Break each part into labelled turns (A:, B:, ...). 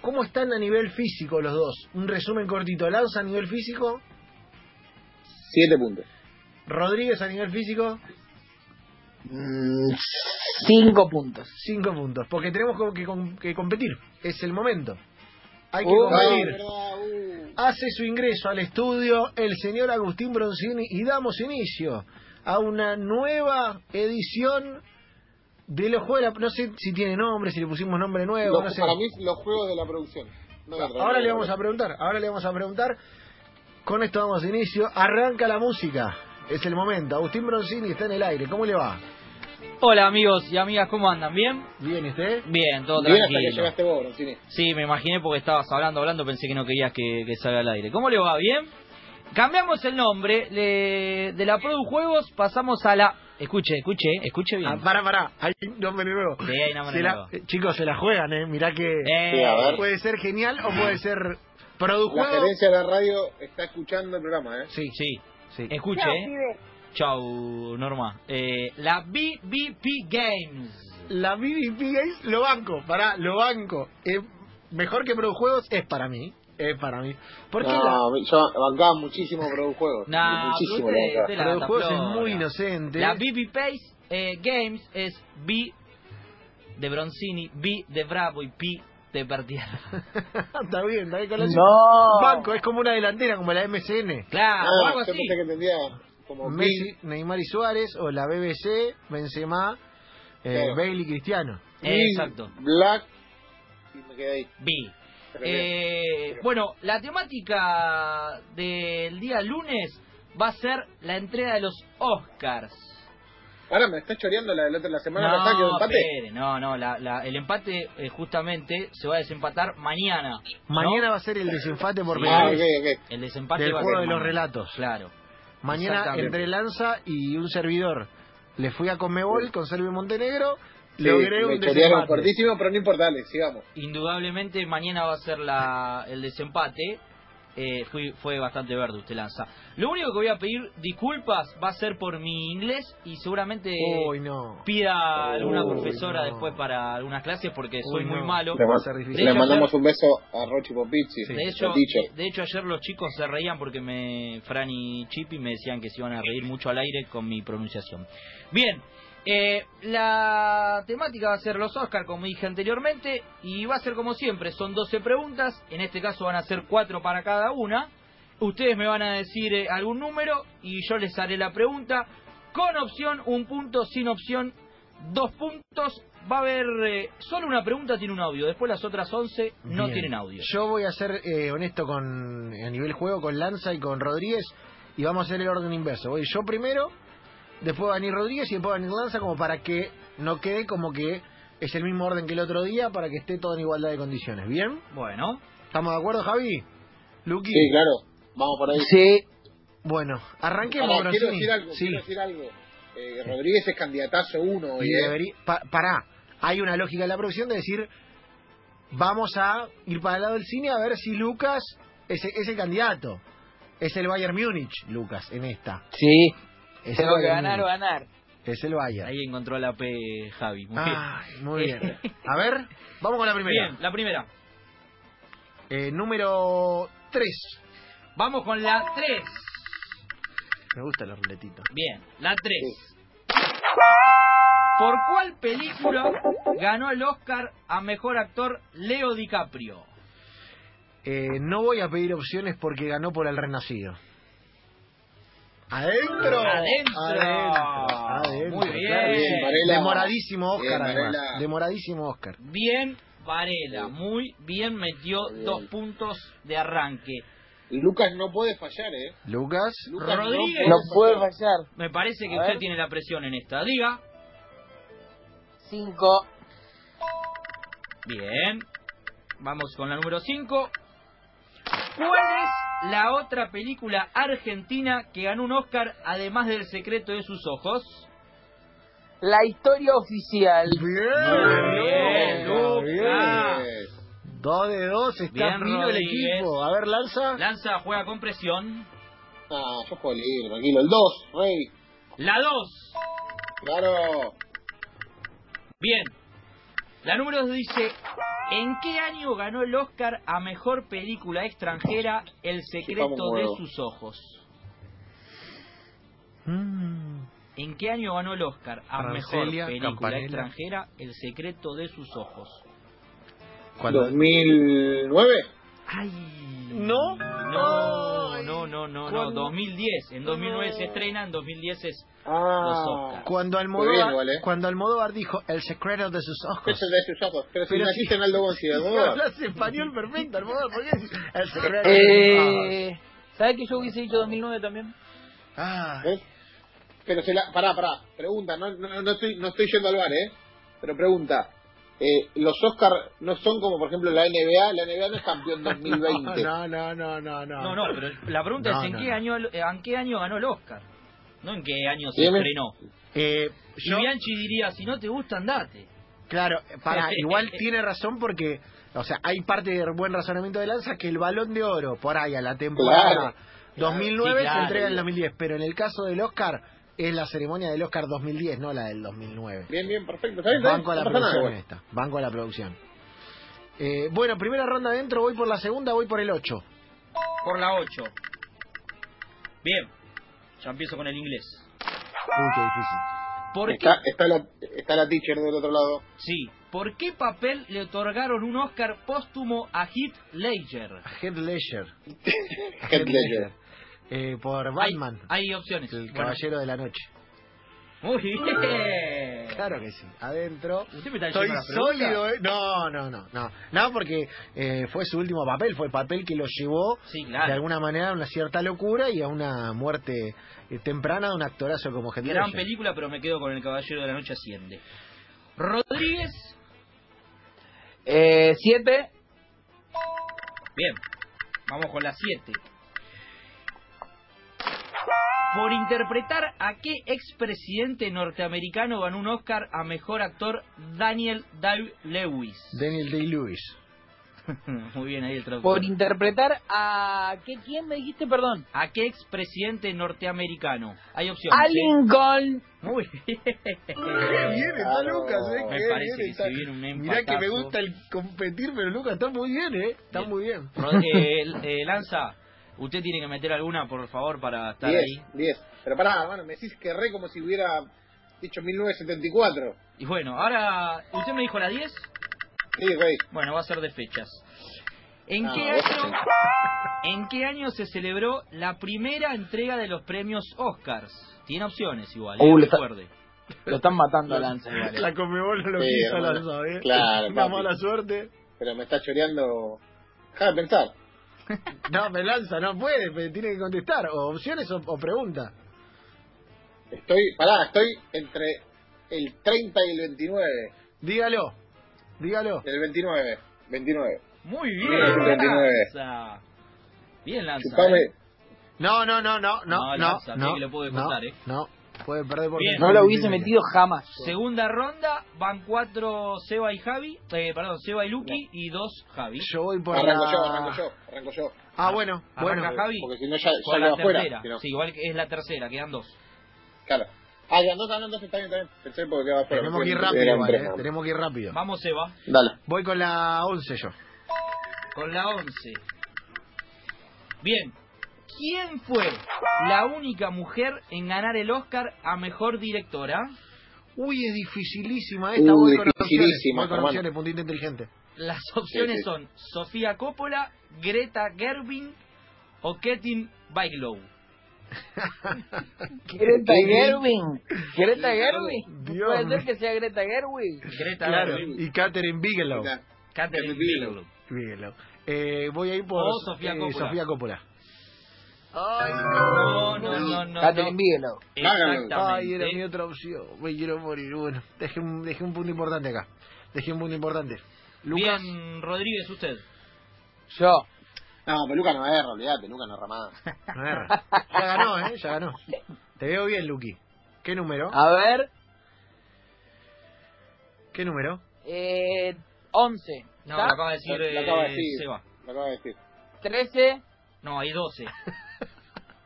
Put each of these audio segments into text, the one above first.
A: ¿Cómo están a nivel físico los dos? Un resumen cortito. Lanza a nivel físico,
B: Siete puntos.
A: Rodríguez a nivel físico,
C: Mm, cinco puntos.
A: cinco puntos. Porque tenemos como que, com- que competir. Es el momento. Hay que
C: Uh,
A: competir.
B: Ah, uh.
A: Hace su ingreso al estudio el señor Agustín Bronzini y damos inicio a una nueva edición de los juegos. de la- No sé si tiene nombre, si le pusimos nombre nuevo,
B: Los-
A: no sé.
B: Para mí, los juegos de la producción. No de otra,
A: Ahora
B: no
A: le
B: de
A: vamos
B: otra.
A: a preguntar, ahora le vamos a preguntar. Con esto damos inicio. Arranca la música. Es el momento. Agustín Bronzini está en el aire. ¿Cómo le va?
D: Hola amigos y amigas, ¿cómo andan? ¿Bien?
A: Bien, ¿y usted?
D: Bien, todo
B: Bien hasta que
D: tranquilo.
B: llegaste vos, Broncini.
D: Sí, me imaginé porque estabas hablando, hablando, pensé que no querías que, que salga al aire. ¿Cómo le va? ¿Bien? Cambiamos el nombre de, de la Produ Juegos, pasamos a la... Escuche, escuche, escuche bien.
A: Ah, pará, pará. Hay un nombre nuevo.
D: Sí, hay nombre
A: Se la-
D: nuevo.
A: eh, Chicos, se la juegan, ¿eh? Mirá que
D: Eh,
B: Sí, a ver.
A: puede ser genial o puede ser
B: La
A: produjuego.
B: gerencia de la radio está escuchando el programa, ¿eh?
D: Sí, sí.
A: Sí.
D: Escuche,
E: Chao,
D: eh.
E: pibe.
D: Chau, Norma. Eh, la BBP Games.
A: La BBP Games lo banco, pará, lo banco. Eh, mejor que produjuegos es para mí. Es para mí. ¿Por qué la-
B: No, yo bancaba muchísimo producjuegos.
D: No,
B: muchísimo. lo
D: pero usted-
B: bancaba.
D: usted la
A: Produjuegos es
D: gata
A: muy
D: flora.
A: inocente.
D: La BB Pace eh, Games es B de Bronzini, B de Bravo y P de Perdiana.
A: está bien, está bien con la-
C: No.
A: Banco, es como una delantera, como la MCN.
D: Claro,
B: Ah,
D: o algo
B: yo
D: así.
B: pensé que tendría como
A: Messi, Neymar y Suárez, o la BBC, Benzema, eh,
B: Claro.
A: Bailey y Cristiano.
B: Bill,
D: Eh,
B: Bill,
D: exacto,
B: Black y me quedé ahí.
D: B.
B: Pero bien.
D: Eh, bueno, la temática del día lunes va a ser la entrega de los Oscars.
B: Ahora me está choreando la del otro la semana pasada que
D: no,
B: empate.
D: espere, no, no, la- la- el empate eh, justamente se va a desempatar mañana. ¿no?
A: Mañana va a ser el desenfate por
D: Sí.
A: penales.
B: Ah, ok, ok.
D: El desempate
A: Del
D: va a
A: juego
D: ser
A: de los
D: mañana.
A: relatos.
D: Claro.
A: Mañana
D: Exactamente.
A: entre Lanza y un servidor. Le fui a Conmebol con Sergio Montenegro.
B: Sí,
A: logré
B: me
A: un
B: chorearon
A: desempate.
B: cortísimo, pero no importa, dale, sigamos.
D: Indudablemente mañana va a ser la, el desempate. Eh, fui- fue bastante verde usted lanza. Lo único que voy a pedir disculpas va a ser por mi inglés y seguramente
A: Uy, no.
D: pida alguna
B: Uy,
D: profesora
A: no.
D: después para algunas clases porque soy
A: Uy,
D: muy
A: no.
D: malo.
A: Le va a ser difícil.
B: Le
D: hecho,
B: mandamos un beso a Rochi Popizzi,
A: Sí.
D: De
B: el
D: hecho,
B: teacher.
D: de hecho ayer los chicos se reían porque me Fran y Chipi me decían que se iban a reír mucho al aire con mi pronunciación. Bien, eh, la temática va a ser los Oscar, como dije anteriormente, y va a ser como siempre, son 12 preguntas, en este caso van a ser 4 para cada una. Ustedes me van a decir eh, algún número y yo les haré la pregunta con opción, un punto, sin opción, dos puntos. Va a haber eh, solo una pregunta tiene un audio, después las otras 11 no
A: Bien.
D: tienen audio.
A: Yo voy a ser eh, honesto con a nivel juego con Lanza y con Rodríguez y vamos a hacer el orden inverso. Voy yo primero, después va a venir Rodríguez y después va a venir Lanza como para que no quede como que es el mismo orden que el otro día para que esté todo en igualdad de condiciones. ¿Bien?
D: Bueno,
A: ¿Estamos de acuerdo, Javi? Luqui.
B: Sí, claro. Vamos por ahí.
C: Sí.
A: Bueno, arranquemos,
B: Pará, quiero
A: Bronzini.
B: decir algo,
A: Sí.
B: quiero decir algo. Eh, Rodríguez es candidatazo uno hoy,
A: Y
B: eh.
A: deberí- pa- pará, hay una lógica en la producción de decir, vamos a ir para el lado del cine a ver si Lucas es, es el candidato. Es el Bayern Múnich, Lucas, en esta.
C: Sí.
A: Es el
C: Tengo que
A: Bayern
C: ganar o
A: Múnich.
C: ganar.
A: Es el Bayern.
D: Ahí encontró la P Javi. Muy
A: Ay, muy bien. A ver, vamos con la
D: bien.
A: Ah, primera.
D: Bien, la primera.
A: Eh, número 3.
D: Vamos con la 3.
A: Me gusta la ruletita.
D: Bien, la 3. ¿Por cuál película ganó el Oscar a mejor actor Leo DiCaprio?
A: Eh, no voy a pedir opciones porque ganó por el renacido. Adentro.
D: Adentro.
A: Adentro. adentro,
D: Muy bien.
A: claro que sí.
B: Bien, Varela.
A: Demoradísimo Oscar,
B: Bien,
A: además.
B: Varela.
A: Demoradísimo Oscar.
D: Bien, Varela. Muy bien, metió
B: Muy bien.
D: dos puntos de arranque.
B: Lucas no puede fallar, eh.
A: Lucas.
B: Lucas
D: Rodríguez.
C: No puede fallar.
D: Me parece que
C: A
D: usted
C: ver.
D: tiene la presión en esta. Diga.
C: Cinco.
D: Bien. Vamos con la número 5. ¿Cuál es la otra película argentina que ganó un Oscar además del secreto de sus ojos?
C: La historia oficial.
D: Bien,
A: Lucas,
D: Lucas. Ah.
B: Eh,
A: Dos de dos. Está
D: Bien,
A: fino el
D: Rodríguez.
A: equipo. A ver, lanza.
D: Lanza juega con presión.
B: Ah, yo puedo libre, tranquilo. El 2, Rey.
D: La 2.
B: Claro.
D: Bien. La número 2 dice, ¿En qué año ganó el Oscar a mejor película extranjera
B: Chupame
D: El secreto
B: un
D: de
B: huevo.
D: sus ojos?
A: Mm.
D: ¿En qué año ganó el Oscar a
A: Francelia,
D: mejor película
A: Campanella.
D: extranjera El secreto de sus ojos?
A: Cuando-
B: ¿2009?
D: Ay.
A: ¿No?
D: No, no, no, no, no.
A: ¿Cuándo?
D: 2010. En 2009 se
A: No.
D: estrena, en 2010 es Los
B: Ah,
D: Oscars.
A: Cuando
B: Muy
A: Almodóvar,
B: bien, igual, ¿eh?
A: cuando Almodóvar dijo el secreto de sus ojos.
B: eso es de sus ojos. Pero si
A: Pero
B: naciste
A: sí.
B: en Aldo Gonzi de Almodóvar.
A: Hablas español perfecto, Almodóvar. ¿Por qué decís el secreto de sus ojos?
C: Eh, ¿Sabes que yo hubiese dicho 2009 también?
A: Ah,
B: ¿Ves? Pero se la... Pará, pará. Pregunta, no, no, no, estoy, no estoy yendo al bar, ¿eh? Pero pregunta. Eh, los Oscars no son como, por ejemplo, la NBA. La NBA no es campeón 2020.
A: No, no, no, no, no.
D: No, no, pero la pregunta
A: No,
D: es ¿en,
A: no,
D: qué
A: no.
D: Año, eh, en qué año ganó el Oscar. No en qué año se
B: Dime.
D: estrenó.
A: Eh,
D: Y
A: yo-
D: Bianchi diría, si no te gusta, andate.
A: Claro, para, igual tiene razón porque, o sea, hay parte de buen razonamiento de Lanza que el balón de oro, por ahí, a la temporada
B: Claro.
A: 2009
D: Sí, claro.
A: se entrega en el 2010, pero en el caso del Oscar, es la ceremonia del Oscar 2010, no la del 2009.
B: Bien, bien, perfecto. ¿Sabes?
A: Banco a la
B: no pasa nada,
A: producción
B: igual.
A: esta, banco a la producción. Eh, bueno, primera ronda adentro, voy por la segunda, voy por el 8.
D: Por la 8. Bien, ya empiezo con el inglés.
A: Uy, qué difícil.
D: ¿Por qué?
B: Está, está, la, está la teacher del otro lado.
D: Sí. ¿Por qué papel le otorgaron un Oscar póstumo a Heath Ledger?
A: A Heath Ledger. A
B: Heath Ledger.
A: Eh, por Batman,
D: Hay, hay opciones.
A: el
D: Bueno,
A: caballero de la noche.
D: Muy bien.
A: Claro que sí, adentro.
D: Usted me está
A: Estoy
D: diciendo las preguntas.
A: sólido, ¿eh? No, no, no, no. No, porque eh, fue su último papel, fue el papel que lo llevó
D: Sí,
A: de
D: claro.
A: alguna manera a una cierta locura y a una muerte eh, temprana de un actorazo como Heath
D: Gran
A: Ledger.
D: película, pero me quedo con El Caballero de la Noche Asciende. Rodríguez.
C: Eh, 7.
D: Bien. Vamos con la 7. Por interpretar a qué expresidente norteamericano ganó un Oscar a mejor actor Daniel Day-Lewis.
A: Daniel Day-Lewis.
D: Muy bien, ahí el traductor.
C: Por interpretar a... ¿qué, ¿Quién me dijiste, perdón?
D: ¿A qué expresidente norteamericano? Hay opciones.
C: A
D: ¿sí?
C: Lincoln.
D: Muy bien.
A: bien
B: está Lucas, eh,
D: Me parece que se viene un empatazo.
A: Mirá que me gusta el competir, pero Lucas está muy bien, ¿eh? Está
D: Bien.
A: muy bien.
D: Rod- eh, el- eh, Lanza, usted tiene que meter alguna, por favor, para estar
B: Diez,
D: ahí.
B: diez. Pero pará, hermano, me decís que re como si hubiera dicho 1974.
D: Y bueno, ahora, ¿usted me dijo la 10?
B: Sí, güey.
D: Bueno, va a ser de fechas. ¿En,
B: Ah,
D: qué
B: vos
D: año, ¿En qué año se celebró la primera entrega de los premios Oscars? Tiene opciones igual, eh,
C: Uh, le está-
D: recuerde.
C: Lo están matando a Lanza. igual, eh.
A: La Comebol no lo
B: Sí,
A: quiso
B: hermano.
A: lanzar, ¿eh?
B: Claro,
A: Una
B: papi.
A: mala suerte.
B: Pero me está choreando. Deja de pensar.
A: No, me lanza, no puede, me tiene que contestar. O opciones o, o preguntas.
B: Estoy, pará, estoy entre el 30 y el 29.
A: Dígalo, dígalo.
B: El 29.
C: eh.
B: 29.
D: Muy
B: Bien,
D: bien,
B: 39.
D: Lanza. Bien, Lanza.
B: Chupame.
D: eh.
A: No, no, no, no, no, no,
D: lanza,
A: no,
D: tiene
A: no,
D: que lo puede
A: no,
D: contar, ¿eh?
A: puede perder por
D: Bien.
C: No lo hubiese metido jamás.
D: Segunda ronda, van cuatro Seba y Javi, eh, perdón, Seba y Lucky y dos Javi.
A: Yo voy por
B: Arranco
A: la-
B: yo, arranco yo, arranco yo.
A: Ah, bueno,
D: Arranca
A: bueno.
D: Javi
B: Porque si no ya, ya
D: con la
B: queda
D: tercera.
B: afuera. Si no,
D: Sí, igual que es la tercera, quedan dos.
B: Claro. Ah, ya, no, no, no, entonces está bien, está bien. Pensé porque quedaba afuera.
A: Tenemos que ir
B: Porque
A: rápido,
B: eran
A: igual,
B: tres,
A: ¿eh?
B: ¿no?
A: Tenemos que ir rápido.
D: Vamos Seba,
B: Dale.
A: Voy con la 11 yo.
D: con la once. Bien, ¿quién fue la única mujer en ganar el Oscar a Mejor Directora?
A: Uy, es dificilísima esta.
B: Uh,
A: voy con opciones.
B: dificilísima,
A: Voy con
B: hermano.
A: opciones, puntito inteligente.
D: Las opciones
B: sí.
D: son Sofía Coppola, Greta Gerwig o Ketin Bigelow.
C: Greta
B: Sí.
C: Gerwig. Greta Gerwig.
A: Dios
C: Puede
A: mío.
C: ser que sea Greta Gerwig.
D: Greta
A: Claro.
D: Gerwig,
A: Y Catherine Bigelow.
B: Mira,
D: Catherine
B: Catherine Bigelow.
D: Bigelow.
A: Bigelow. Eh, voy a ir por
D: O Oh, Sofía
A: eh,
D: Coppola.
A: Sofía Coppola.
C: Ay,
D: No, no, no, no.
C: Catherine
D: no.
C: Bigelow.
B: Háganlo.
A: Ay, era
D: Exactamente.
A: mi otra opción. Me quiero morir. Bueno, dejé un, dejé un punto importante acá. Dejé un punto importante. Lucas.
D: Bien, Rodríguez, usted.
C: Yo.
B: No, pero Luca no erra, olvidate, Luca no erra más.
A: A ver, ya ganó, ¿eh? Ya ganó. Te veo bien, Luqui. ¿Qué número?
C: A ver.
A: ¿Qué número?
C: Eh, 11.
D: No, lo acaba de decir,
B: Lo- lo
D: eh,
B: acaba de decir.
D: Seba.
B: Lo acabo de decir.
C: 13.
D: No, hay 12.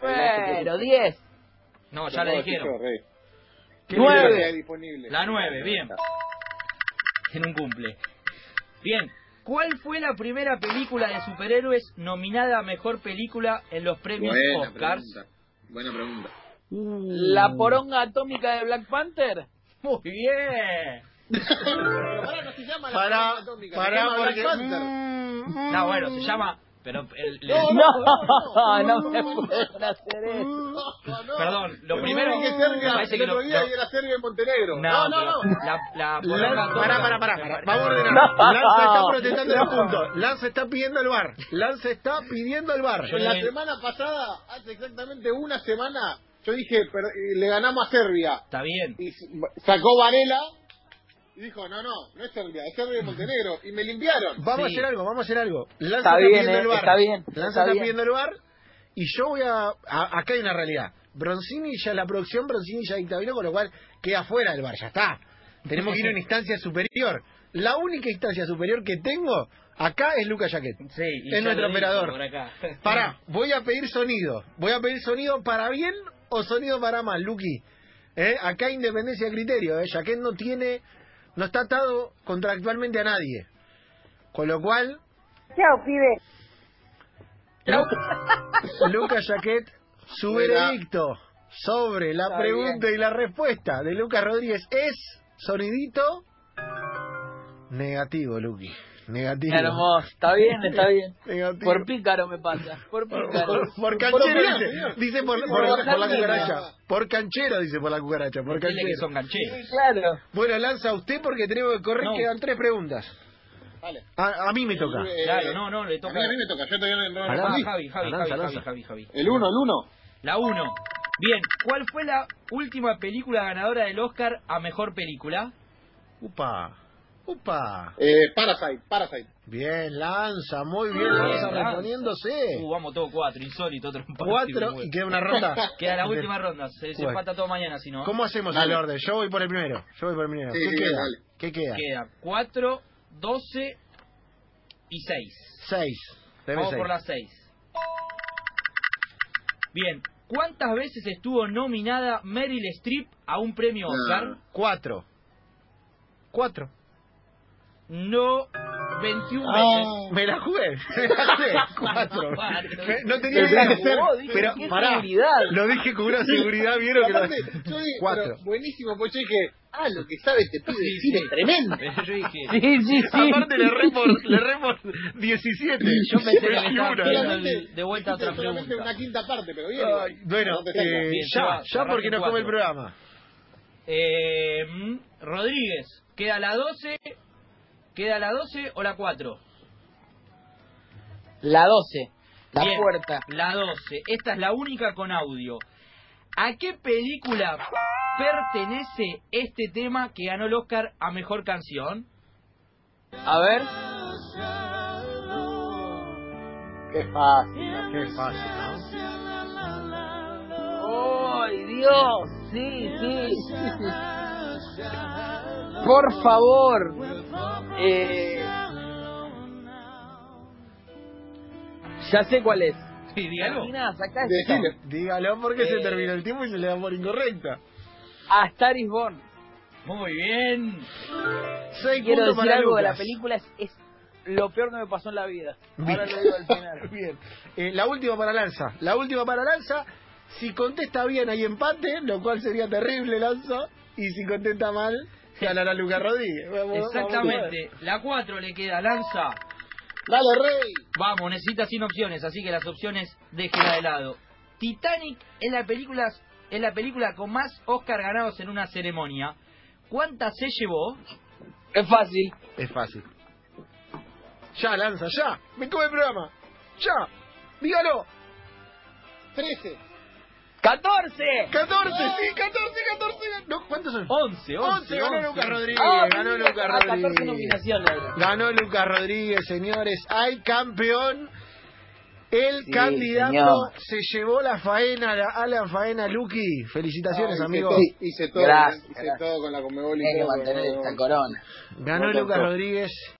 C: Pero 10.
D: No, ya la dijeron.
A: ¿Qué
C: Nueve.
A: número?
B: disponible.
D: La nueve, bien. En un cumple. Bien, ¿Cuál fue la primera película de superhéroes nominada a mejor película en los premios
B: Buena
D: Oscars?
B: pregunta. Buena pregunta.
C: La poronga atómica de Black Panther.
D: Muy bien.
B: Pero pará, no se llama la
A: Pará,
B: bomba atómica, se
A: pará,
B: llama Black
A: porque...
B: Panther.
D: No, bueno, se llama. Pero. el- le-
B: No,
C: No, no me pueden hacer eso.
B: No, no.
D: Perdón, lo
B: Pero
D: primero.
B: tiene que ser
D: me parece
B: el
D: que
B: otro
D: lo-
B: día
D: lo-
B: y era Serbia en Montenegro.
D: No, no, no. La, la poronga
A: Lanza-
D: atómica-
A: Pará, pará, pará, pará. Vamos a ordenar.
C: No.
A: Lanza está protestando los puntos. Lanza está pidiendo el bar. Lanza está pidiendo el bar.
B: Yo la semana pasada, hace exactamente una semana, yo dije, pero, eh, le ganamos a Serbia.
D: Está bien.
B: Y s- sacó Varela y dijo, no, no, no es Serbia, es Serbia de Montenegro. Y me limpiaron.
A: Vamos
D: Sí.
A: a hacer algo, vamos a hacer algo. Lanza
C: Está bien,
A: pidiendo
C: eh,
A: el bar.
C: está bien,
A: Lanza
C: está
A: está,
C: bien.
A: pidiendo el bar. Y yo voy a, a- Acá hay una realidad. Bronzini ya, la producción Bronzini ya dictaminó, con lo cual queda fuera del bar, ya está. Tenemos que ir a una instancia superior. La única instancia superior que tengo acá es Luca Jaquet.
D: Sí, y
A: Es
D: ya
A: nuestro
D: lo dije
A: operador.
D: Por acá.
A: Pará, voy a pedir sonido. Voy a pedir sonido para bien o sonido para mal, Luqui. ¿Eh? Acá hay independencia de criterio, ¿eh? Jaquet no tiene, no está atado contractualmente a nadie. Con lo cual,
E: Chao, pibe.
A: Lucas Jaquet, su
B: Buena.
A: veredicto sobre la
C: Está
A: pregunta y la respuesta de Lucas Rodríguez es sonidito negativo, Luqui. Negativo.
C: Hermoso, está bien, está bien.
A: Negativo.
C: Por pícaro me pasa, por pícaro.
A: Por, por canchero,
B: Por-
A: dice. Dice por, por-
B: por-
A: por la
B: por-
A: cucaracha. Por canchero, dice por la cucaracha. Por
D: Dile que
A: canchero.
D: son cancheros.
C: Claro.
A: Bueno, lanza usted porque tenemos que correr.
D: No.
A: Quedan tres preguntas.
B: Vale.
A: A, a mí me toca.
B: Eh,
D: Ah, Claro, no, no, le
B: A
D: toca.
B: mí, a mí me toca, yo todavía no- no- no
A: Pará.
D: Ah,
B: respondí.
D: Javi, Javi,
A: Lanza,
D: Javi,
A: lanza.
D: Javi, Javi, Javi.
B: El uno, el uno.
D: La 1. Bien, ¿cuál fue la última película ganadora del Oscar a mejor película?
A: Upa. Upa.
B: Eh, Parasite, Parasite.
A: Bien, lanza. Muy bien, lanza
D: Lanza.
A: reponiéndose.
D: Uh, vamos todos cuatro, insólito, otro empate,
A: Cuatro
D: bueno.
A: y queda una ronda.
D: Queda la última ronda, se, se
A: Bueno.
D: empata todo mañana, si no.
A: ¿Cómo hacemos
B: Dale.
A: el orden? Yo voy por el primero. Yo voy por el primero.
B: Sí,
A: ¿Qué,
B: sí,
A: queda?
B: dale.
A: ¿Qué queda?
D: Queda 4, 12 y 6.
A: Seis. Deme
D: Vamos
A: seis.
D: por la 6. Bien, ¿cuántas veces estuvo nominada Meryl Streep a un premio Oscar?
B: No.
A: Cuatro. Cuatro.
D: No, 21 veces.
B: Ah.
A: Me la jugué. Me la jugué. Cuatro.
D: Cuatro.
A: Me- no tenía
B: Pero
A: idea.
B: claro,
C: vos dijiste,
A: pero
C: qué
A: pará.
C: seguridad.
A: Lo dije con una seguridad, vieron que
B: Aparte,
A: lo-
B: yo dije,
A: Cuatro.
B: pero buenísimo, porque yo dije, ah, lo que sabe este pibe de
D: Sí,
B: cine
D: sí.
B: es tremendo.
D: Pero yo dije,
C: Sí, sí, sí.
A: Aparte le re por, le re por 17.
D: Yo pensé que me
A: Veintiuno.
D: estaba tirando el-
B: Solamente-
D: de vuelta a otra
B: solamente
D: pregunta.
B: una quinta parte, pero bien.
A: Ay, bueno,
B: No te tengo.
A: eh,
D: Bien,
A: ya,
D: va,
A: ya porque nos come el
D: cuatro.
A: programa.
D: Eh, mm, Rodríguez, ¿queda la 12? ¿Queda la 12 o la 4?
C: La 12, la
D: Bien,
C: puerta.
D: La 12. Esta es la única con audio. ¿A qué película pertenece este tema que ganó el Oscar a Mejor Canción?
C: A ver.
B: Qué fácil.
A: Qué fácil, ¿no?
C: ¡Ay, Dios! Sí, sí. Por favor. Eh, ya sé cuál es.
D: Sí, dígalo.
C: Terminá, sacá esta.
B: Decile.
A: Dígalo porque se
C: Eh.
A: terminó el tiempo y se le da por incorrecta.
C: A Star is Born.
D: Muy bien.
A: Seis
C: Quiero
A: puntos
C: decir
A: para
C: algo de la
A: Lucas.
C: película. Es, es lo peor que me pasó en la vida. Ahora lo digo al final.
A: Bien. Eh, la última para Lanza. La última para Lanza. Si contesta bien hay empate, lo cual sería terrible, Lanza. Y si contesta mal, ganará Lucas Rodríguez. Vamos, vamos.
D: Exactamente. La 4 le queda Lanza.
B: Dale, Rey.
D: Vamos, necesita sin opciones, así que las opciones déjela de lado. Titanic es la película es la película con más Oscar ganados en una ceremonia. ¿Cuántas se llevó?
C: Es fácil.
A: Es fácil. Ya, Lanza, ya. Me come el programa. Ya. Dígalo.
B: 13.
C: ¡14!
A: 14, sí, 14, 14. No, ¿Cuántos son?
D: 11,
A: 11.
D: 11.
A: Ganó Lucas Rodríguez.
C: Ah,
A: ganó
C: mira,
A: Lucas
C: a 14
A: Rodríguez.
C: nominaciones.
A: Ganó Lucas Rodríguez, señores. Hay campeón. El
C: Sí,
A: candidato
C: señor.
A: se llevó la faena, la, a la faena, Luqui. Felicitaciones,
B: Hice
A: amigo.
B: todo- Hice todo,
C: Gracias,
B: hice
C: gracias.
B: todo con la Comebol y
C: Hay que
B: todo con
C: mantener
B: la
C: esta
B: Conmebol.
C: corona.
A: Ganó
B: No, no,
A: Lucas
B: no.
A: Rodríguez.